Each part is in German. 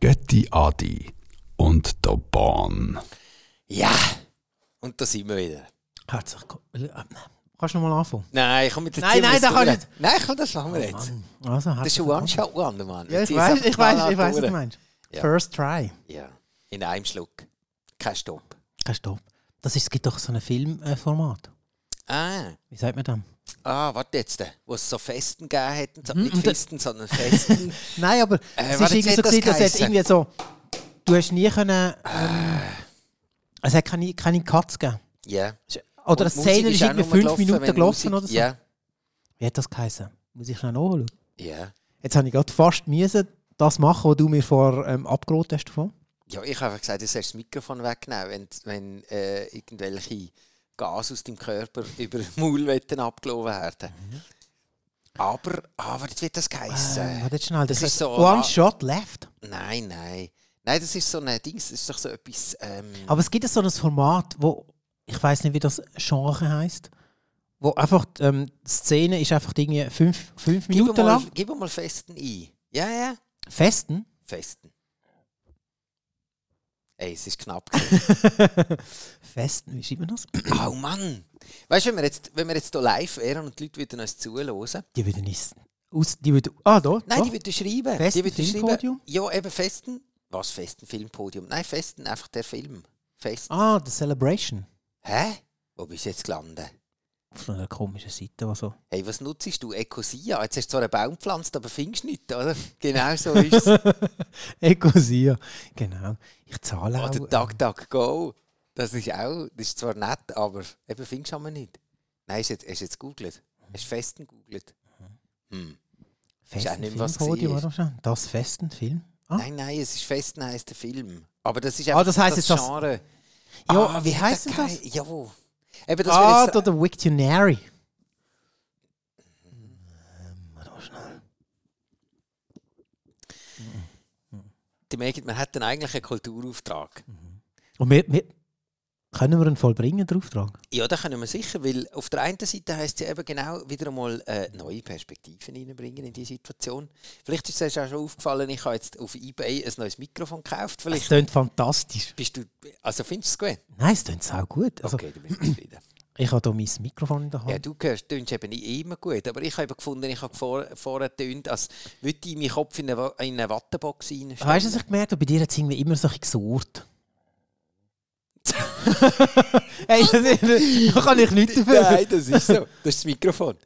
Götti Adi und der Bahn. Ja! Und da sind wir wieder. Herzlich äh, Kannst du nochmal anfangen? Nein, ich komme mit der Nein, nein, da kannst du Nein, komm, das machen wir jetzt. Mann. Also, Das ist herzlich ein willkommen. One-Shot-One, Mann. Ja, Jetzt ich ist es weiß, einfach ich weiß, knallhart ich weiß, was durch. du meinst. Ja. First try. Ja, in einem Schluck. Kein Stopp. Kein Stopp. Das ist, es gibt doch so ein Filmformat. Ah, Wie sagt man das? ah warte jetzt. da. Wo es so Festen gegeben hat. und So, Mhm, nicht und da- Festen, sondern Festen. Nein, aber es ist Äh, warte, irgendwie jetzt hat das so, gewesen, dass es geheissen. irgendwie so. Du hast nie können. Ähm, es hat keine, keine Cuts gegeben. ja. Oder eine Und die Musik Szene ist auch irgendwie nur fünf Minuten wenn die gelaufen Musik- oder so. Ja, Wie hat das geheißen? Muss ich schnell nachschauen. ja. Jetzt habe ich gerade fast müssen, das machen, was du mir vor ähm, abgeraten hast. Davon. Ja, ich habe einfach gesagt, du sollst das Mikrofon wegnehmen, wenn, wenn äh, irgendwelche Gas aus deinem Körper über den Maul wollen abgelassen werden. Mhm. Aber, ah, aber jetzt wird das Äh, geheissen. warte schnell, das, das ist ist so- One Shot Left. Nein, nein. Nein, das ist so ein Ding, das ist doch so etwas. Ähm, Aber es gibt ja so ein Format, wo ich weiß nicht, wie das Genre heißt, wo einfach ähm, die Szene ist einfach irgendwie fünf, fünf gib, Minuten mal, lang. gib mal Festen ein. Ja, ja. Festen. Festen. Ey, es ist knapp. Festen, wie schreibt man das? oh Mann! Weißt du, wenn wir jetzt, wenn wir jetzt hier live wären und die Leute würden uns zuhören, Die würden nicht. Aus, die würden, ah, da. Nein, da. die würden schreiben. Festen die würden Filmpodium? schreiben. Ja, eben Festen. Was Festen Filmpodium? Nein, Festen einfach der Film. Festen. Ah, The Celebration. Hä? Wo bist du jetzt gelandet? Auf einer komischen Seite. Also. Hey, was nutzt du? Ecosia? Jetzt hast du zwar einen Baum gepflanzt, aber findest nicht, oder? Genau so ist es. Ecosia. Genau. Ich zahle auch. oder DuckDuckGo. Das ist auch, das ist zwar nett, aber eben findest du wir nicht. Nein, hast du jetzt, hast du jetzt googelt? Mhm. Hast du Festen googelt? Hm. Festen, auch nicht mehr was Filmpodium, gewesen. oder? Schon? Das Festen, Film. Ah, Nein, nein, es ist Festen heisst der Film. Aber das ist Ah, einfach das heisst jetzt das- Genre. Ja, Ah, wie hat heisst der denn das? gehei- Jawohl. Eben, das will ah jetzt- da der Wiktionary. Ähm, warte mal schnell. Die merken, man hat dann eigentlich einen Kulturauftrag. Und wir, wir, können wir einen vollbringen, den Auftrag? Ja, da können wir sicher, weil auf der einen Seite heisst es ja eben genau wieder einmal äh, neue Perspektiven reinbringen in die Situation. Vielleicht ist es dir auch schon aufgefallen, ich habe jetzt auf Ebay ein neues Mikrofon gekauft. Es Vielleicht klingt fantastisch. bist du, also findest du es gut? Nein, es klingt auch gut. Also, Okay, du bist zufrieden. Ich habe hier mein Mikrofon in der Hand. Ja, du hörst, tönst eben nicht immer gut, aber ich habe eben gefunden, ich habe vor, vorher tönt, als würde ich meinen Kopf in eine, Wa- in eine Wattebox rein. Weißt du, was ich gemerkt habe? Bei dir hat es irgendwie immer so ein bisschen gesurrt. hey, da kann ich nichts dafür. Nein, das ist so. Das ist das Mikrofon.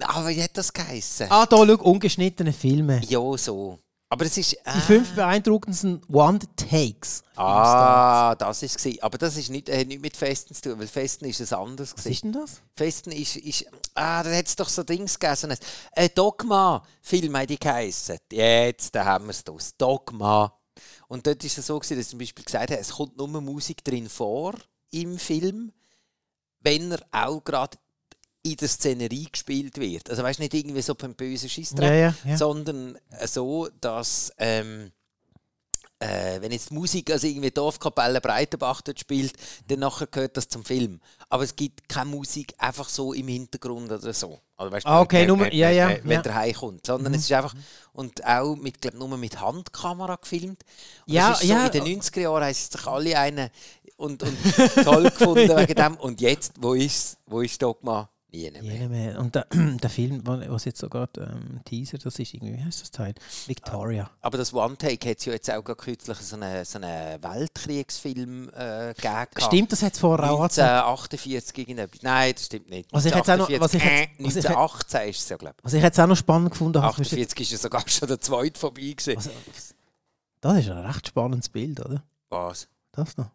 Aber wie hat das geheissen? Ah, da schau, ungeschnittene Filme. Ja, so. Aber es ist. äh, Die fünf beeindruckendsten One-Takes. Ah, das ist gsi. Aber das ist nicht, äh, nicht mit Festen zu tun, weil Festen ist es anders Was gsi. ist denn das? Festen ist, ist ah, da hat es doch so Dings gegessen. Äh, Dogma Film haben die geheissen. Jetzt, da haben wir es das Dogma. Und dort ist es so gsi, dass sie zum Beispiel gesagt haben, es kommt nur Musik drin vor im Film, wenn er auch gerade in der Szenerie gespielt wird. Also weißt nicht irgendwie so beim bösen Schissdreck, ja, ja. sondern so, dass ähm, äh, wenn jetzt die Musik, also irgendwie Dorfkapelle Breitenbach dort spielt, dann nachher gehört das zum Film. Aber es gibt keine Musik einfach so im Hintergrund oder so. Also, weißt, Ah, okay, wenn- nur- wenn- ja, ja, wenn- ja. Mhm. Wenn der heimkommt. Sondern es ist einfach, und auch mit, glaub, nur mit Handkamera gefilmt. Und Ja, das ist ja. So, in den 90er Jahren haben sich alle einen und, und toll gefunden wegen dem. Und jetzt, wo ist wo ist Dogma? Nie mehr. Jene mehr. Und der, der Film, wo- was jetzt so gerade ähm, Teaser, das ist irgendwie, wie heißt das Teil? Victoria. Aber das One-Take hat es ja jetzt auch gerade kürzlich so einen so einen Weltkriegsfilm äh, gegeben. Stimmt, das hat es vorher auch gesagt. 1948 gegen etwas. Nein, das stimmt nicht. Was ich jetzt auch noch- was ich jetzt- 1948, was ich jetzt- äh, 1918 ist es ja, glaube ich. Was ich jetzt auch noch spannend gefunden habe, ist, 48 ist ja sogar schon der zweite vorbei gewesen. also, das ist ein recht spannendes Bild, oder? Was? Das noch.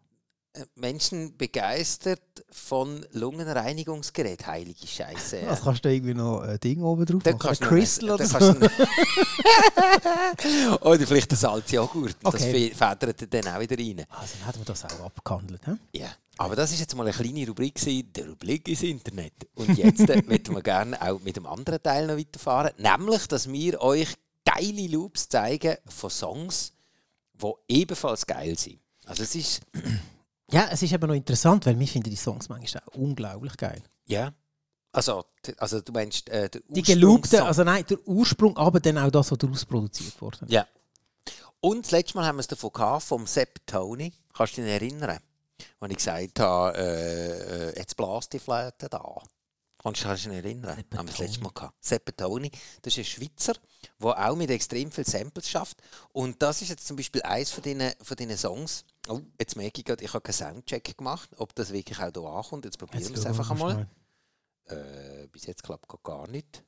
Äh, Menschen begeistert von Lungenreinigungsgerät. Heilige Scheiße. Ja. Also kannst du da irgendwie noch ein Ding oben drauf Dann machen? Ein kannst du noch- Crystal oder dann so? kannst du- oder vielleicht ein Salzjoghurt. Das Okay. fe- federt er dann auch wieder rein. Also dann hätten wir das auch abgehandelt. He? Ja. Aber das ist jetzt mal eine kleine Rubrik, gewesen, der Rubrik ins Internet. Und jetzt äh, möchten wir gerne auch mit dem anderen Teil noch weiterfahren, nämlich, dass wir euch geile Loops zeigen von Songs, die ebenfalls geil sind. Also es ist, Ja, es ist eben noch interessant, weil wir finden die Songs manchmal auch unglaublich geil. ja, also, t- also du meinst äh, der Die also geloopten, Ursprungssong. also nein, der Ursprung, aber dann auch das, was daraus produziert wurde. Ja. Und das letzte Mal haben wir es davon gehabt, vom Sepp Tony. Kannst du dich erinnern? Als ich gesagt habe, äh, äh, jetzt bläst die Flöte da. Kannst du dich erinnern? Sepp haben wir das Tony. letzte Mal gehabt. Sepp Tony, das ist ein Schweizer, der auch mit extrem vielen Samples schafft. Und das ist jetzt zum Beispiel eins von diesen, von diesen Songs. Oh, jetzt merke ich gerade, ich habe keinen Soundcheck gemacht, ob das wirklich auch hier ankommt. Jetzt probieren wir es einfach einmal. Äh, bis jetzt klappt gerade gar nicht.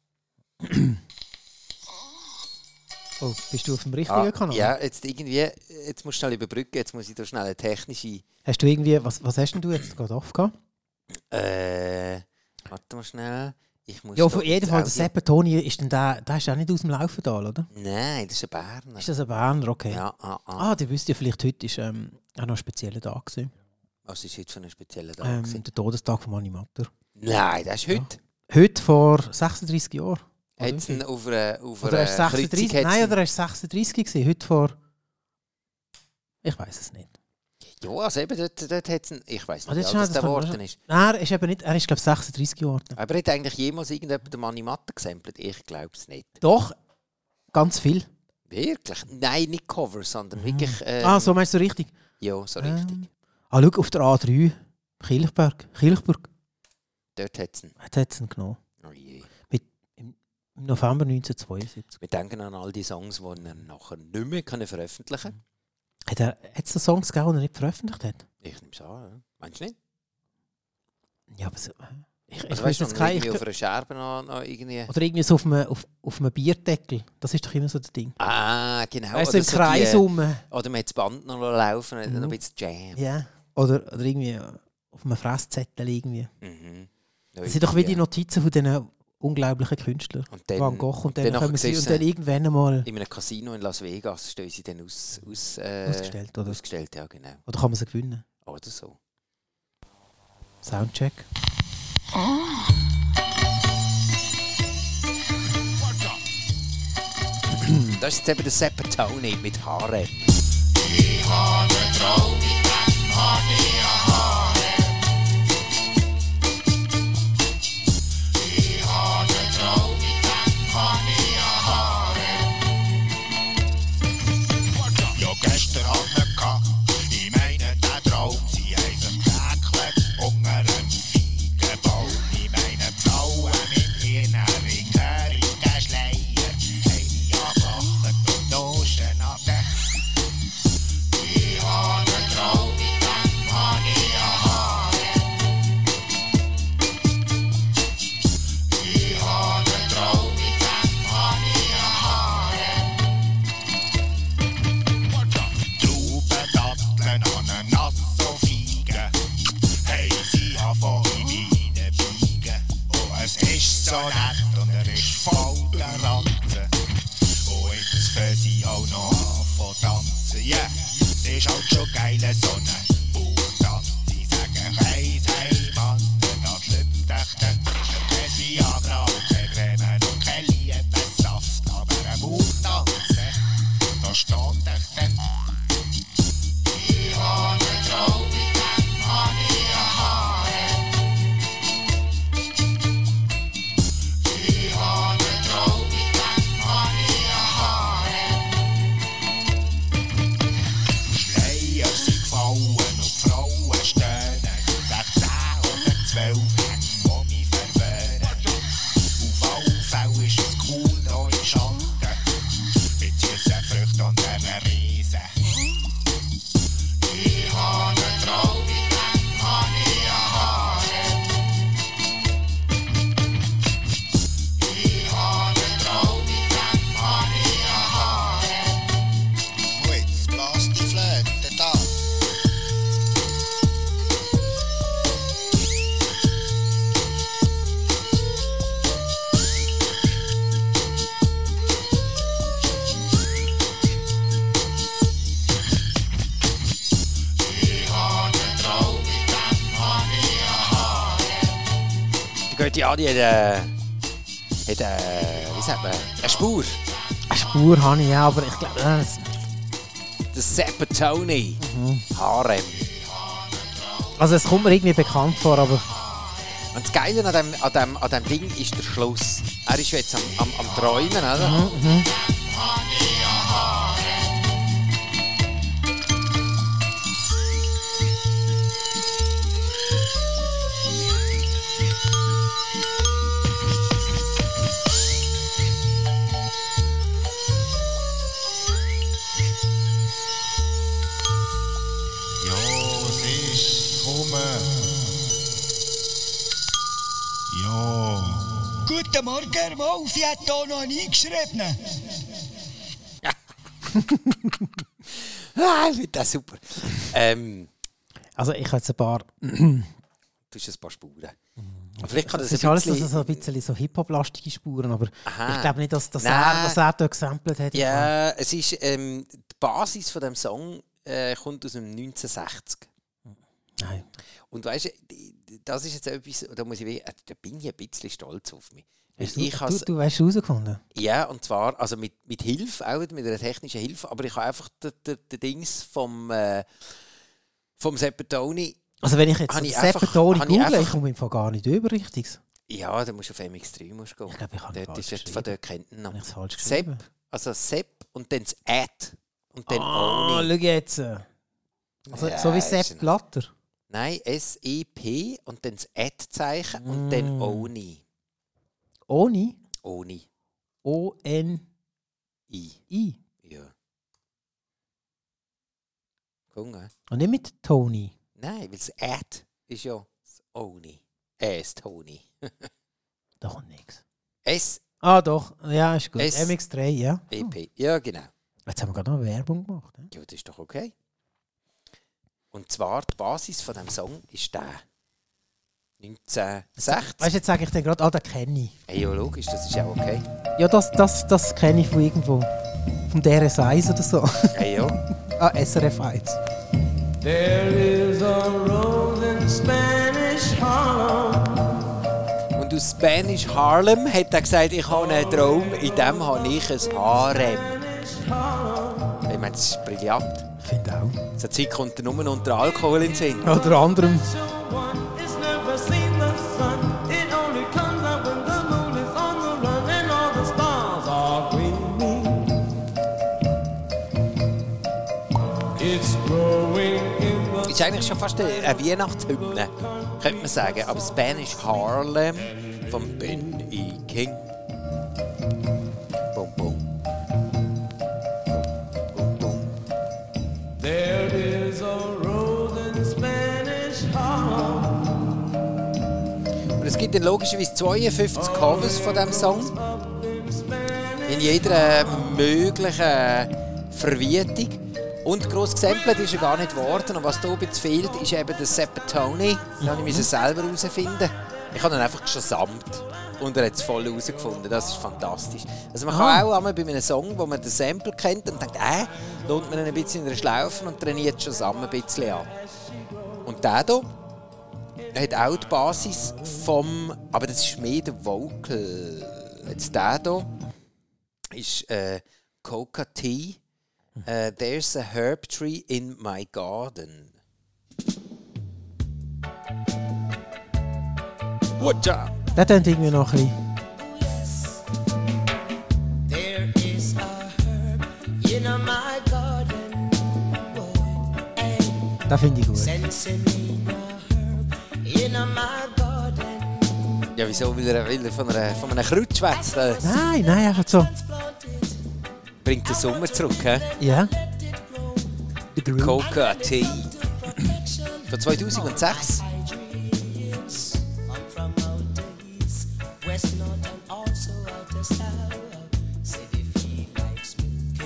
Oh, bist du auf dem richtigen Ah, Kanal? ja, jetzt irgendwie, jetzt musst du schnell überbrücken, jetzt muss ich da schnell eine technische. Hast du irgendwie, was, was hast denn du jetzt gerade aufgehauen? Äh, warte mal schnell. Ich muss Ja, da auf jeden ins Fall, der Audio- Sepp Toni ist denn der, der ist auch nicht aus dem Laufental, oder? Nein, das ist ein Berner. Ist das ein Berner? Okay. Ja, ah, ah. Ah, du wüsst ja vielleicht, heute war ähm, auch noch ein spezieller Tag. Gewesen. Was ist heute für ein spezieller Tag? Ähm, gewesen? der Todestag von Mani Matter. Nein, das ist heute. Heute vor 36 Jahren. Ja. Hat's äh, ihn auf einer, auf Oder er einer ist Kreuzung 36? hat's Nein, ihn- oder er ist 36 gewesen. Heute vor. Ich weiß es nicht. Ja, also eben, dort, dort hat es Ich weiß Ah, nicht, wie alt das ist- das das der kann man geworden schon- ist. Nein, er ist eben nicht. Er ist glaube ich 36 geworden. Aber hat eigentlich jemals irgendjemand den Manni Matter gesampelt? Ich glaube es nicht. Doch ganz viel. Wirklich? Nein, nicht Cover, sondern wirklich. Ähm, ah, so meinst du richtig? Ja, so richtig. Ähm, ah, schau auf der A3 Kilchberg. Kilchberg Dort hat es ihn. hat es genommen. Oh je. Im November 1972. Wir denken an all die Songs, die er nachher nicht mehr können veröffentlichen kann. Hat er jetzt so Songs gegeben, die er nicht veröffentlicht hat? Ich nehme es an. Ja. Meinst du nicht? Ja, aber so, äh, ich, ich Also, weiss weißt du, jetzt wenn man kein. irgendwie Ich, auf einer Scherbe noch, noch irgendwie. oder irgendwie so auf einem, auf, auf einem Bierdeckel. Das ist doch immer so das Ding. Ah, genau. Weißt oder du, im so Kreis die- um. Oder man hat das Band noch laufen, lassen, noch ein Mhm. bisschen Jam. Ja. Oder, oder irgendwie auf einem Fresszettel irgendwie. Mhm. Das sind doch wie die Ja. Notizen von diesen unglaublichen Künstlern. Und dann, Van Gogh und und dann, dann kommen sie siehst und du dann irgendwann einmal in einem Casino in Las Vegas stehen sie dann aus, aus, äh, ausgestellt, oder? ausgestellt, ja, genau. Oder kann man sie gewinnen? Oder so. Soundcheck. Das ist jetzt eben der Seppatoni mit Haare. Ja, gestern Abend gehabt, ich meine den Traum, sie haben geklebt unter einem Feigenbaum. Ich meine die Frauen mit ihren ringerigen Schleiern, haben ja gelacht und Dosen an den Ich habe einen Traum, dann habe ich ein Haar. Ich habe einen Traum, dann habe ich ein Haar. Trauben, Datteln, Ananas und Feigen Hey, sie haben von meinen Feigen Und es ist so nett und er ist voll der Ranzen Und jetzt fangen sie auch noch an von tanzen Ja, yeah. es ist halt schon geil, so eine Bauerntanz Sie sagen, hey, hey Mann, da schlüpft dich der Tisch Kein Viagra und keine Creme und kein Liebensaft Aber eine Bauerntanz, da steht dich der Schleier sind gefallen und Frauen stöhnen. Wer zehn oder zwölf hat Mami verwöhnt. Auf alle Fälle ist es cool da in Schande. Mit süßen Früchten und einer Riese. Ich habe einen Traum, mit dem habe ich ein Haar. Ich habe einen Traum, mit dem habe ich ein Haar. Und jetzt blas die Flöte da. Die Götti Adi hat, äh, hat äh, wie sagt man, eine Spur. Eine Spur habe ich ja, aber ich glaube, äh, das- Der Seppatoni. Mhm. Harem. also es kommt mir irgendwie bekannt vor, aber Und das Geile an dem, an, dem, an dem Ding ist der Schluss. Er Mhm. ist ja jetzt am, am, am Träumen, oder? rum. Ja. Guten Morgen, Herr Wolf. Ich hätte hier noch einen eingeschriebenen. Ah, ich finde das super. Ähm, Also ich habe jetzt ein paar... du hast ein paar Spuren. Vielleicht kann das Mhm. Es ist ein alles bisschen- so- so ein bisschen so Hip-Hop-lastige Spuren, aber Aha. ich glaube nicht, dass, dass, Nein. er, dass er da gesampelt hat. Ja, es ist ähm, die Basis von dem Song äh, kommt aus dem 1960. Nein. Und weißt du, die- die- das ist jetzt etwas, da muss ich, wirklich- äh, da bin ich ein bisschen stolz auf mich. Weil Hast du, ich du, has, du hast es herausgefunden. ja, und zwar also mit, mit Hilfe, auch mit einer technischen Hilfe, aber ich habe einfach den, den, den Dings vom, äh, vom Seppetoni, Also wenn ich jetzt Habe ich einfach- Seppetoni habe ich google, ich einfach- komme im Fall gar nicht über, richtig? ja, da musst du auf MX3 musst du gehen. Ich glaube, ich habe Dort es ist, falsch jetzt- von geschrieben. dort kennt man ihn Habe noch. ich es falsch Sepp, geschrieben? also Sepp und dann das Ad und dann Ah, Oni. schau jetzt. Also, Ja, so wie E ist Sepp ein- Blatter. Nein, S-E-P und dann das Ad-Zeichen und dann Mm. Oni. Oni. Oni. O-N-I. I. Ja. Gucken. Und nicht mit Tony. Nein, weil das Ad ist ja das Oni. Äh, das Toni. Da kommt nichts. S-E-P. Ah, doch. Ja, ist gut. Es- MX3, ja. Ah. Ja, genau. Jetzt haben wir gerade noch Werbung gemacht. ne? Ja, das ist doch okay. Und zwar die Basis von dem Song ist der. 1960. Weißt du, jetzt sage ich dir gerade, ah, den kenne ich. Hey, ja, logisch, das ist auch okay. Ja, das, das, das kenne ich von irgendwo. Vom DRS 1 oder so. Hey, ja. ah, SRF 1. Und aus Spanish Harlem hat er gesagt, ich habe einen Traum, in dem habe ich ein Harem. Ich meine, das ist brillant. Ich finde auch. Zur Zeit kommt er nur noch unter Alkohol in den Sinn. Oder anderem. Ist eigentlich schon fast eine eine Weihnachtshymne, könnte man sagen. Aber Spanish Harlem von Ben E. King. Bum, bum. Bum, bum. Und es gibt dann logischerweise 52 Covers von diesem Song. In jeder äh, möglichen Verwietung. Und gross gesampelt ist er gar nicht geworden. Und was da oben jetzt fehlt, ist eben der Seppetoni. Den habe ich müssen selber herausfinden. Ich habe ihn einfach gesamt. Und er hat es voll herausgefunden. Das ist fantastisch. Also man kann auch einmal bei einem Song, wo man den Sample kennt, und denkt, äh, lohnt man ihn ein bisschen in der Schlaufe und trainiert schon zusammen ein bisschen an. Und der hier, er hat auch die Basis vom. Aber das ist mehr der Vocal. Jetzt der hier ist äh, Coca Tea. Äh, There's a herb tree in my garden. Watcha! Der tönt irgendwie noch ein bisschen. There is a herb in my garden, and Den finde ich gut. sensimina herb in my garden. Ja, wieso will er, will er von, einer, von einem Kraut schwätzen? Äh, Nein, nein, einfach so. Bringt den Sommer zurück, hä? Ja. Coca Tea. Von 2006. I'm from out east, west, north, and also out the south. Say they feel like smoking.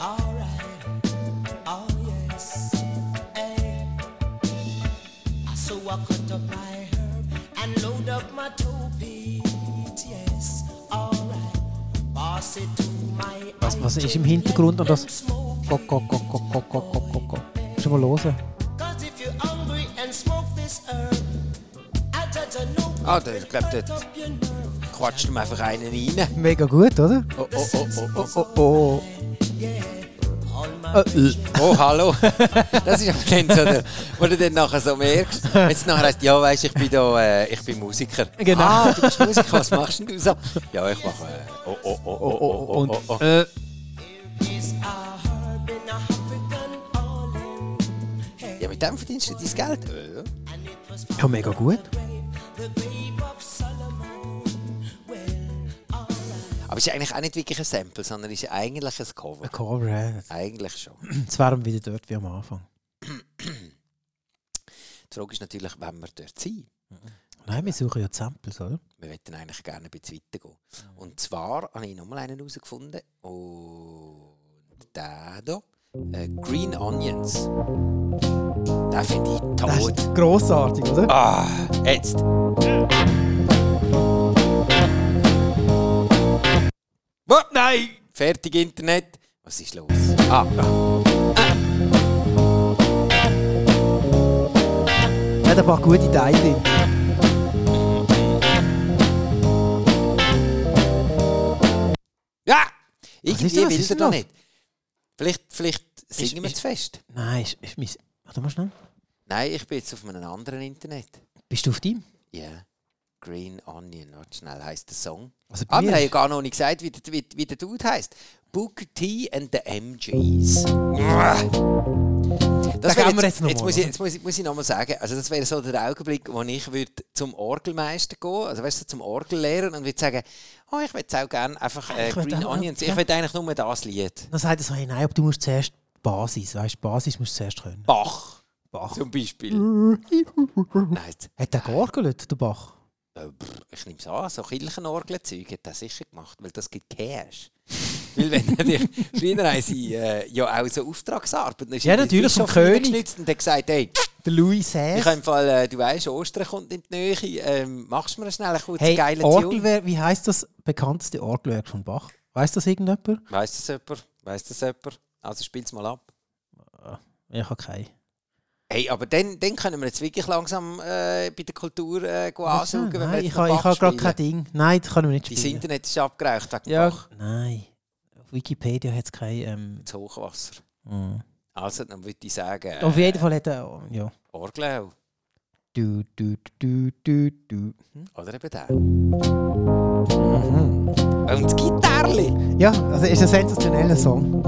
Alright, oh yes, hey. So I cut up my herb and load up my two beat, yes, alright. Pass it to my Was, was ist im Hintergrund und das. Go, go, go, go, go, go, go, go, go. Schon mal hören. Cause if you're hungry and smoke this herb, I judge a no Ah, da, ich glaube, da up your nerve. quatscht ihm einfach einen rein. Mega gut, oder? Oh, oh, oh, oh, oh. Oh, oh. Oh, hallo. Das ist aber dann so, der, wo du dann nachher so merkst, wenn es nachher heisst, ja, weisst, ich bin da, äh, ich bin Musiker. Genau. Ah, du bist Musiker, was machst denn du so? Ja, ich mache, äh, oh, oh, oh, oh, oh, oh, oh, oh. Äh, Is a herb in a African island. Ja, mit dem verdienst du dein Geld. Ja, ja. And it was ja, mega gut. grave, the grave of Solomon. Well, alright. Aber es ist eigentlich auch nicht wirklich ein Sample, sondern es ist eigentlich ein Cover. Ein Cover, ja. Eigentlich schon. Jetzt wären wir wieder dort wie am Anfang. Du Die Frage ist natürlich, wenn wir dort sind. Nein, wir suchen ja die Samples, oder? Wir möchten eigentlich gerne ein bisschen weitergehen. Und zwar habe ich nochmal einen herausgefunden. Und der hier. Äh, Green Onions. Den finde ich Das tot. ist grossartig, oder? Ah, jetzt. What? Nein! Fertig Internet. Was ist los? Ah, ah. Er hat ein paar gute Teile drin. ja! ist das? Irgendwie Was will ist er denn doch los? nicht. Vielleicht, vielleicht singen wir ist- zu fest. Nein, ist, ist mein... Warte mal schnell. Nein, ich bin jetzt auf einem anderen Internet. Bist du auf dem? Ja. Green Onion, warte schnell, heisst der Song. Also bei Ah, wir mir haben ja ist- gar noch nicht gesagt, wie der, wie, wie der Dude heisst. Booker T and the MGs. Das Da wäre gehen wir jetzt noch jetzt, mal, muss ich, oder? jetzt muss ich, muss ich nochmal sagen, also das wäre so der Augenblick, wo ich würd zum Orgelmeister gehen also weißt du, zum Orgellehrer und würde sagen, oh, ich würde auch gerne einfach äh, Ah, Ich würd Green auch- Onions, ja. ich würde eigentlich nur das Lied. Dann sagt er so, hey, nein, aber du musst zuerst die Basis, weißt du, die Basis musst du zuerst können. Bach Bach. zum Beispiel. Nein, Hat der georgelt, der Bach? Äh, pff, Ich nehme es an, so Kirchenorgelzeug hat er sicher gemacht, weil das gibt Cash. weil wenn er dich, früher haben sie äh, ja auch so Auftragsarbeit. Dann ist Ja, irgendwie natürlich, Bischof vom König. reingeschnitzt Und hat gesagt, hey, Der Louis ich habe Sass. im Fall, äh, du weißt, Ostern kommt in die Nähe, ähm, machst du mir schnell eine kurze Hey, geile Tune? Orgelwerk, wie heisst das bekannteste Orgelwerk von Bach? Weiss das irgendjemand? Weiss das jemand? Weiss das jemand? Also spiel's mal ab. Ich habe keine. Hey, aber dann, dann können wir jetzt wirklich langsam äh, bei der Kultur äh, gehen Warte anschauen, schnell, wenn wir Nein, jetzt ich noch habe ich Bach habe gerade spielen. kein Ding. Nein, das können wir nicht Dein spielen. Internet ist abgereicht wegen ja. Bach. Nein. Auf Wikipedia hat es kein... Ähm, Das Hochwasser. mm. Also, dann würde ich sagen... Äh, Auf jeden Fall hat er... Ja. Orgel auch. Du, du, du, du, du. Oder eben der. Mhm. Und das Gitarre. Ja, also ist ein sensationeller Song.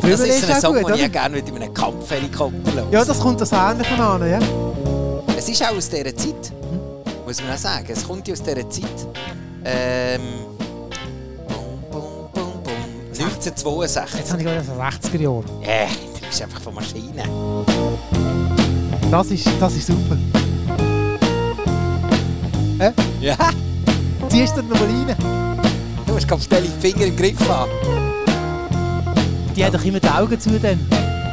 Das Trübel ist ist so ein auch Song, gut, den ich oder? auch gerne mit einem Kampfhelikopter los. Ja, das kommt aus Ähnlichem an, ja. Es ist auch aus dieser Zeit, Mhm. muss man auch sagen. Es kommt ja aus dieser Zeit. Ähm, bum, bum, bum, bum. 1962. Jetzt habe ich gerade so 60er Jahre. Äh, du bist einfach von Maschinen. Das ist, das ist super. Ja, Ziehst du den nochmal rein? du musst ganz schnell die Finger im Griff haben. Die hat doch immer die Augen zu dann.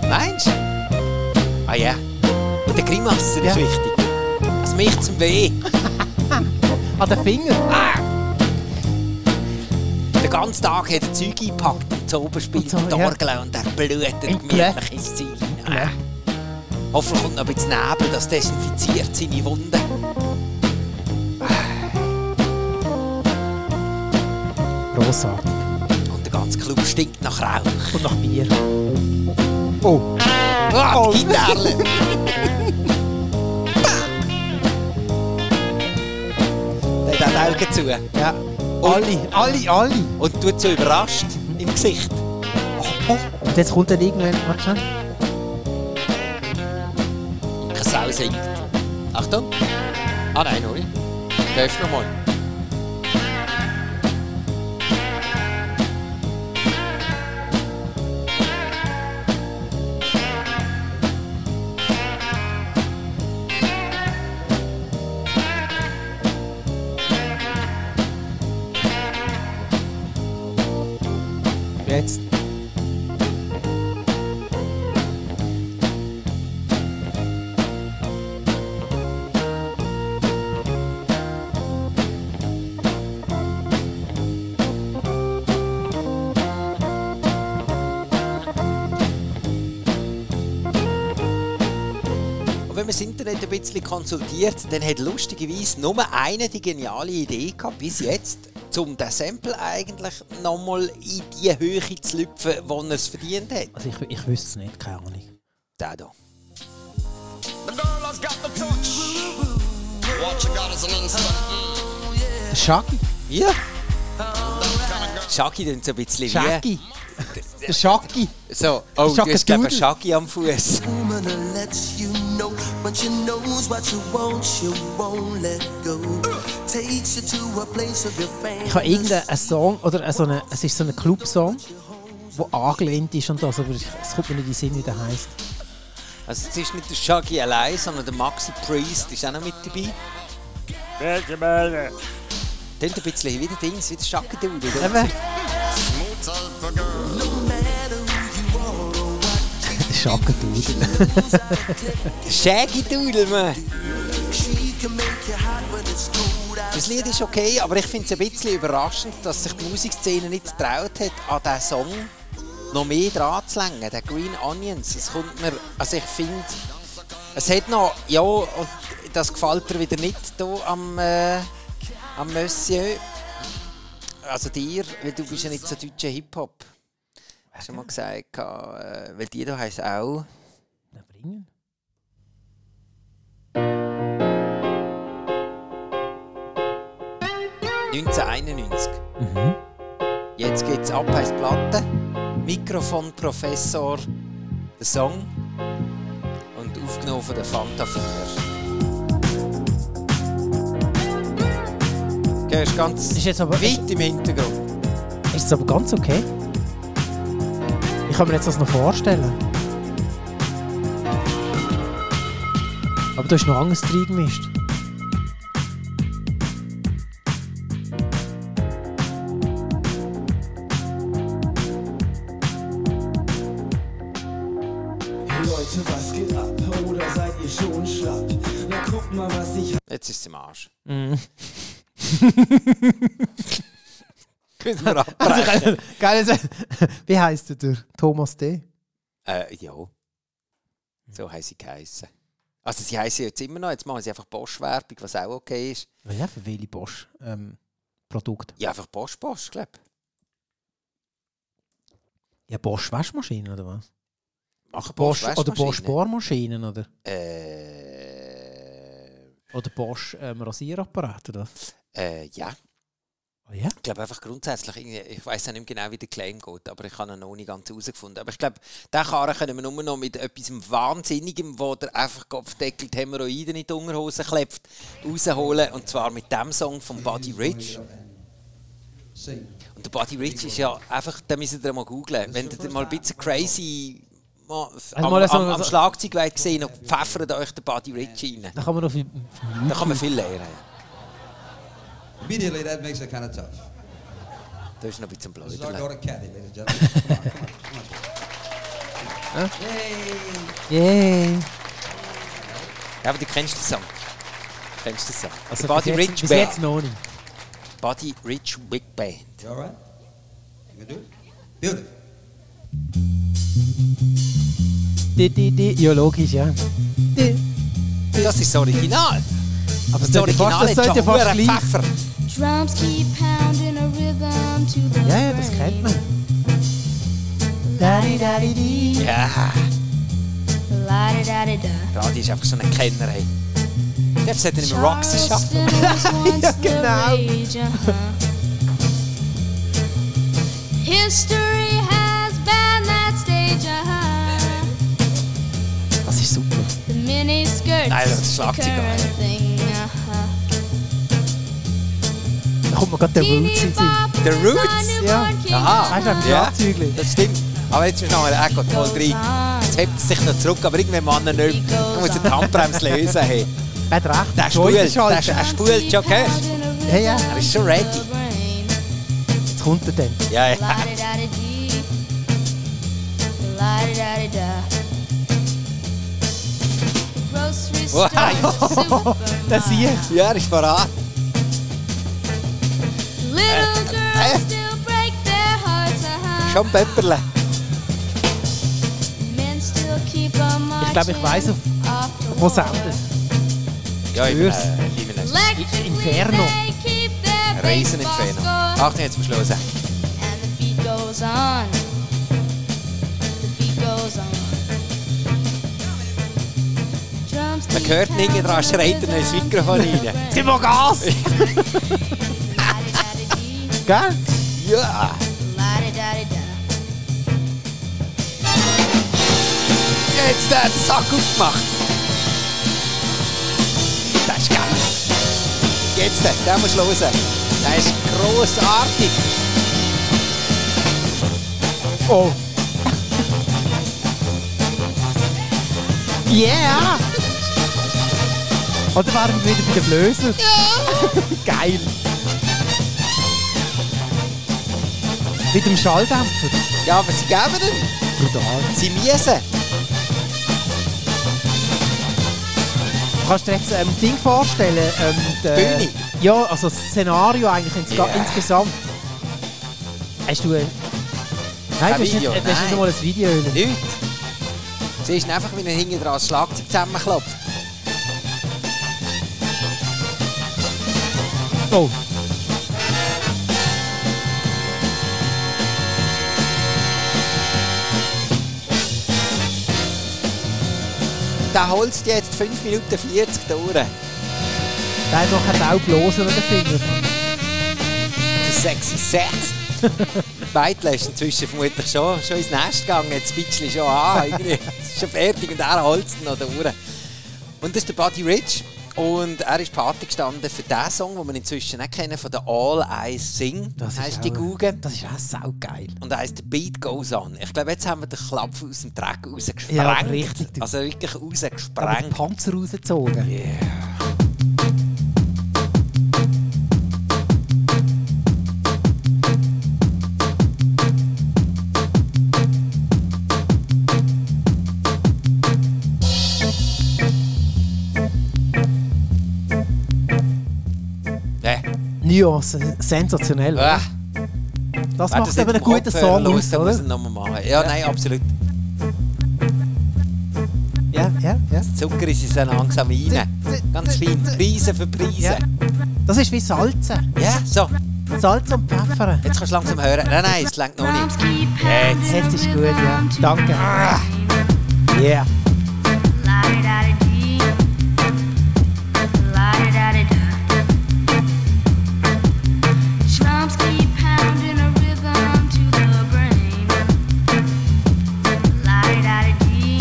Meinst du? Ah ja. Und der Grimasse Ja. ist wichtig. Das macht zum Weh. An den Ah, Finger. Den ganzen Tag hat er Zeug eingepackt und so oberspielt Und so, und ja. orgelt und er blutet Und gemütlich ins Ziel. Ah. Hoffentlich kommt noch ein bisschen Nebel, das desinfiziert seine Wunden. Grossartig. Und der ganze Club stinkt nach Rauch. Und nach Bier. Oh. Ah, die Gitarre! Bah! Der hat auch die Augen zu. Ja. Alle, alle, alle. Und tut so überrascht im Gesicht. Und jetzt kommt dann irgendwann... Warte schon. Keine Sau singt. Achtung! Ah nein, Uri. Darf nochmal. Jetzt. Und wenn man das Internet ein bisschen konsultiert, dann hat lustigerweise nur eine die geniale Idee gehabt, bis jetzt, um den Sample eigentlich nochmal in die Höhe zu lüpfen, wo er es verdient hat. Also ich, ich wüsste es nicht, keine Ahnung. Der hier. Shaggy. Ja. Shaggy dann so ein bisschen wie... Shaggy. Der Shaggy. So, oh, du Shaka hast glaub ich, Doodle. Shaggy am Fuß. woman that lets you know when she knows what you want, she won't let go. Takes you to a place of your Ich habe fantasy. irgendeinen Song, oder so eine, es ist so ein Club-Song. wo angelehnt ist und das, aber ich- es kommt mir nicht in den Sinn, wie der heisst. Also es ist nicht der Shaggy allein, sondern der Maxi Priest ist auch noch mit dabei. Tönt ein bisschen wie der Dings, wie der Shaggy Dude. oder? Eben. Der Schackendude. Shaggy Doodle, man. Das Lied ist okay, aber ich finde es ein bisschen überraschend, dass sich die Musikszene nicht getraut hat, an diesen Song noch mehr dran zu lenken. Der Green Onions, es kommt mir... Also ich finde, es hat noch... Ja, und das gefällt mir wieder nicht hier am, äh, am Monsieur. Also dir, weil du bist ja nicht so deutscher Hip-Hop. Hast du mal gesagt, äh, weil die hier heisst auch... Na, bringen. Jetzt 1991. Mhm. Jetzt geht's ab, heisst Platte. Mikrofon Professor, der Song. Und aufgenommen von der Fanta 4. Gehst ganz Ist jetzt aber- weit im Hintergrund. Ist es aber ganz okay? Ich kann mir jetzt das noch vorstellen. Aber da ist noch anderes reingemischt. Leute, was geht ab? Oder seid ihr schon schlapp? Na guck mal, was ich Jetzt ist es im Arsch. Mhm. Können wir Also abbrechen? Geil, wie heisst der? Thomas D. Äh, ja. So haben sie geheissen. Also sie heißen jetzt immer noch, jetzt machen sie einfach Bosch-Werbung, was auch okay ist. Ja, für Willy Bosch ähm, Produkt. Ja, einfach Bosch-Bosch, glaube ich. Ja, Bosch Waschmaschinen oder was? Machen Bosch, oder Waschmaschinen. Bosch Bohrmaschinen oder? Äh, Oder Bosch ähm, Rasierapparat oder? was? äh, ja, Oh ja? ich glaube einfach grundsätzlich, irgendwie- ich weiß ja nicht mehr genau, wie der Claim geht, aber ich habe ihn noch nicht ganz herausgefunden. Aber ich glaube, den Karren können wir nur noch mit etwas Wahnsinnigem, wo der einfach kopfdeckelt Hämorrhoiden in die Unterhose klebt, rausholen. Und zwar mit dem Song von Buddy Rich. Und der Buddy Rich ist ja einfach, da müsst ihr mal googeln. Wenn ihr mal ein bisschen crazy mal, am, mal so- am, am so- Schlagzeug wollt sehen und pfeffert euch der Buddy Rich rein. Da kann man noch viel. Da kann man viel lernen. Immediately, that makes it kind of tough. Da ist noch ein bisschen This is our blöd. daughter, Kathy, ladies and gentlemen. Come on, come on, come on. Yeah. Ja, aber du kennst den Song. Du Kennst den Song. Also bis Buddy jetzt- Rich bis Band. jetzt noch nicht. Buddy Rich Big Band. You all right? You gonna do it? Beautiful. Di, di, di. Ja, logisch, ja. Di. Das ist das Original. Aber das sollte fast- Original hat schon das sollte fast verdammt gleich- Pfeffer. Drums keep pounding a rhythm to the Ja, ja, das kennt man. Da, di, da, di, di. Ja, La da da da da. Radio ist einfach so ein Kenner. Hey. Jetzt hat er nicht mehr Rocks geschafft. ja, genau. uh-huh. History has banned that stage, uh-huh. Das ist super. The miniskirt's Nein, das the schlagt sie gar current thing, uh-huh. Da kommt man gerade der Roots in den Sinn. The Roots? Ja. uh-huh. Aha. Weißt du, ein Ja, Schlagzeugli. das stimmt. Aber jetzt ist noch mal Echo voll rein. Jetzt hebt es sich noch zurück, aber irgendwann Mann nicht. Du musst die Handbremse lösen. Hey. Er hat recht. Der die Schulter spult, schalten. der sch- er spult schon, gell? Ja, ja. Er ist schon ready. Jetzt kommt er dann. Ja, ja. La-di-da-di-dee. La-di-da-di-da. Grocery Wow. store, supermarket. Das sehe ich. Ja, er ist parat. Little Äh. girls still break their hearts, uh-huh. Schon Pepperle. Men still keep on marching Ich glaube, ich weiss, auf off the wo wall. sendet. Ja, ich Spür's. bin ein Electrically Inferno. they keep their Reisen baseball empfehlen. Ah. score. Achtung, jetzt muss ich losen. And the beat goes on. The beat goes on. Drums Man keep hört ihn hinten dran, pounding schreit er noch ins rhythm Mikrofon to the rein. rhythm. Gib mal Gas! La-di-da-di-dee. Gell? Ja! La-di-da-di-da. Jetzt hat der Sack aufgemacht. Das ist geil. Jetzt, äh, den musst du hören. Das ist grossartig. Oh. Yeah! Oder waren wir wieder bei den Blöser? Ja! Geil! Mit dem Schalldämpfer? Ja, aber sie geben ihn. Brutal. Sie miesen. Kannst du dir jetzt ein ähm, Ding vorstellen? Ähm, die, Bühne? Ja, also das Szenario eigentlich ins Yeah. insgesamt. Hast du ein... Nein, du hast Video, nicht, du hast nein. nicht mal ein Video. Nicht. Sie ist einfach wie ein hinten dran das Schlagzeug zusammenklopft. Oh. Da holst du jetzt 5 Minuten 40 durch. Der Also hat nachher auch bloß über den Finger. Sexy Sex. Beidle ist inzwischen vermutlich schon, schon ins Nest gegangen, jetzt bitschli schon an. Irgendwie. Es ist schon fertig und er holzt ihn noch da Uhr. Und das ist der Buddy Rich. Und er ist Party gestanden für diesen Song, den wir inzwischen auch kennen, von der All Eyes Sing, heisst die auch- Guge. Das ist auch saugeil. Und heisst «The Beat Goes On». Ich glaube, jetzt haben wir den Klapf aus dem Dreck rausgesprengt. Ja, aber richtig, du. Also wirklich Aber den rausgesprengt. Panzer rausgezogen. Nee. Nuancen, sensationell. Ah, Das wenn macht nicht eben einen vom guten Kopfhörer Song los, aus, Dann muss oder? ich ihn nochmal machen. Ja, nein, absolut. Ja, ja, ja. Zucker ist in so langsam rein. Ganz fein. Preise für Preise. Das ist wie Salzen. Ja, so. Salz und Pfeffer. Jetzt kannst du langsam hören. Nein, nein, es längt noch nicht. Jetzt. Jetzt ist gut, ja. Danke. Yeah. Drums keep pounding a rhythm to the brain. La-di-da-di-dee.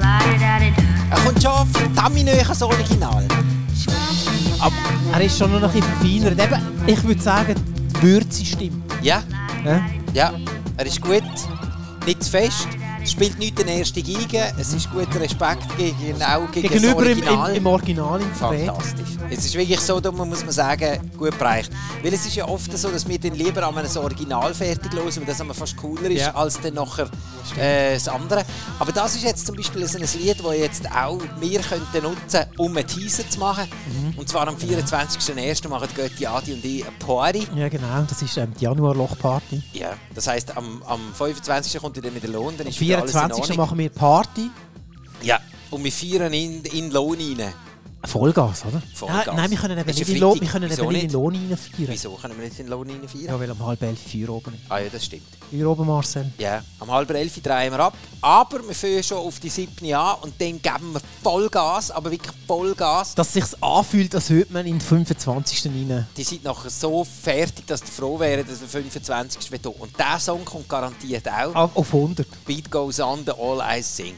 La-di-da-di-da. Er kommt schon verdammt nahe ans Original. Er ist schon noch ein bisschen verfeinert. Eben, ich würde sagen, die ne? Würze stimmt. Ja, Ja? ja. Er ist gut. Nicht zu fest. Es spielt nicht den ersten Geigen. Es ist guter Respekt gegen, auch gegen Gegenüber das im, Original. im, im Original im Fred. Fantastisch. Es ist wirklich so, da muss man sagen, gut bereicht. Weil es ist ja oft so, dass wir dann lieber an einem Original fertig hören, weil das einmal fast cooler ist, Ja. als dann nachher äh, das andere. Aber das ist jetzt zum Beispiel so ein Lied, das jetzt auch wir könnten nutzen um einen Teaser zu machen. Mhm. Und zwar am 24.01. machen Götti, Adi und ich eine Party. Ja, genau. Das ist ähm, die Januar-Lochparty. Ja. Das heisst, am, am 25. kommt ihr dann wieder Lohn, dann Am ist wieder alles in Ordnung. 24. machen wir Party. Ja. Und wir feiern in, in Lohn rein. Vollgas, oder? Vollgas. Nein, nein, wir können eben Ist nicht ja in Lohn, wir Freitag. können Wieso eben nicht in nicht? Lohn reinfeiern. Wieso können wir nicht in Lohn rein feiern? Ja, weil um halb elf Feuer oben ist. Ah ja, das stimmt. Feuer oben, Marcel. Ja, am halb elf drehen wir ab. Aber wir führen schon auf die siebten an und dann geben wir Vollgas, aber wirklich Vollgas. Dass es sich anfühlt, als würde man in den 25. rein. Die sind nachher so fertig, dass die froh wären, dass wir 25. wieder Und dieser Song kommt garantiert auch. Auf auf 100. Beat goes on, the All Eyes Sing.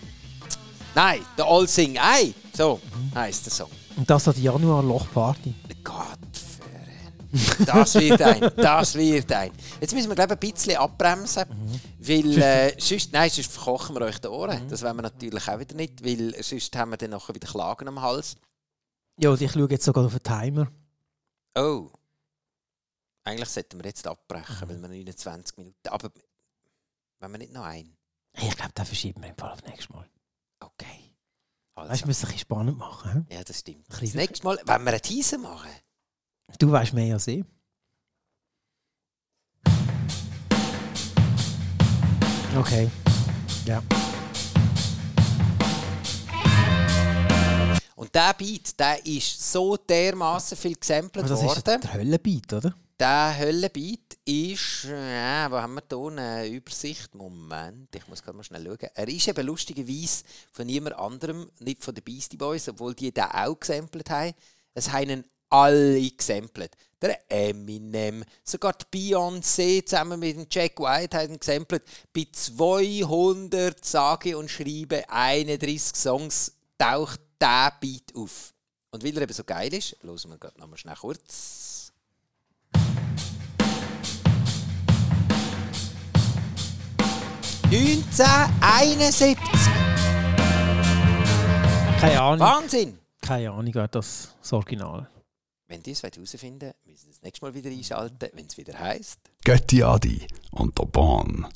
Nein, the All Sing Ei. So heisst der Song. Und das an die Januar-Lochparty. Gott, für- das wird ein, das wird ein. Jetzt müssen wir glaube ich, ein bisschen abbremsen, Mhm. weil äh, sonst, nein, sonst verkochen wir euch die Ohren. Das wollen wir natürlich auch wieder nicht, weil sonst haben wir dann nachher wieder Klagen am Hals. Ja, und ich schaue jetzt sogar auf den Timer. Oh, eigentlich sollten wir jetzt abbrechen, Mhm. weil wir 29 Minuten, aber wenn wir nicht noch einen, Ich glaube, den verschieben wir im Fall auf nächstes Mal. okay. Weißt du, Also, wir müssen es ein bisschen spannend machen. ja, das stimmt. ein Das bisschen- nächste Mal, wenn wir einen Teaser machen, hä? Du weißt mehr als ich. Okay. Ja. und der Beat, der ist so dermaßen viel gesampelt Aber das ist worden. der Höllenbeat, oder? Der Höllenbeat ist, äh, wo haben wir hier eine Übersicht? Moment, ich muss gerade mal schnell schauen. Er ist eben lustigerweise von niemand anderem, nicht von den Beastie Boys, obwohl die den auch gesampelt haben. Es haben ihn alle gesampelt. Der Eminem, sogar die Beyoncé zusammen mit dem Jack White haben ihn gesampelt. Bei 200 sage und schreibe 31 Songs taucht der Beat auf. Und weil er eben so geil ist, hören wir gerade noch mal schnell kurz. 1971. Keine Ahnung. Wahnsinn! Keine Ahnung, wer das, das Original. Wenn ihr es herausfinden wollt, müssen wir das nächste Mal wieder einschalten, wenn es wieder heisst. Götti Adi und der Bahn.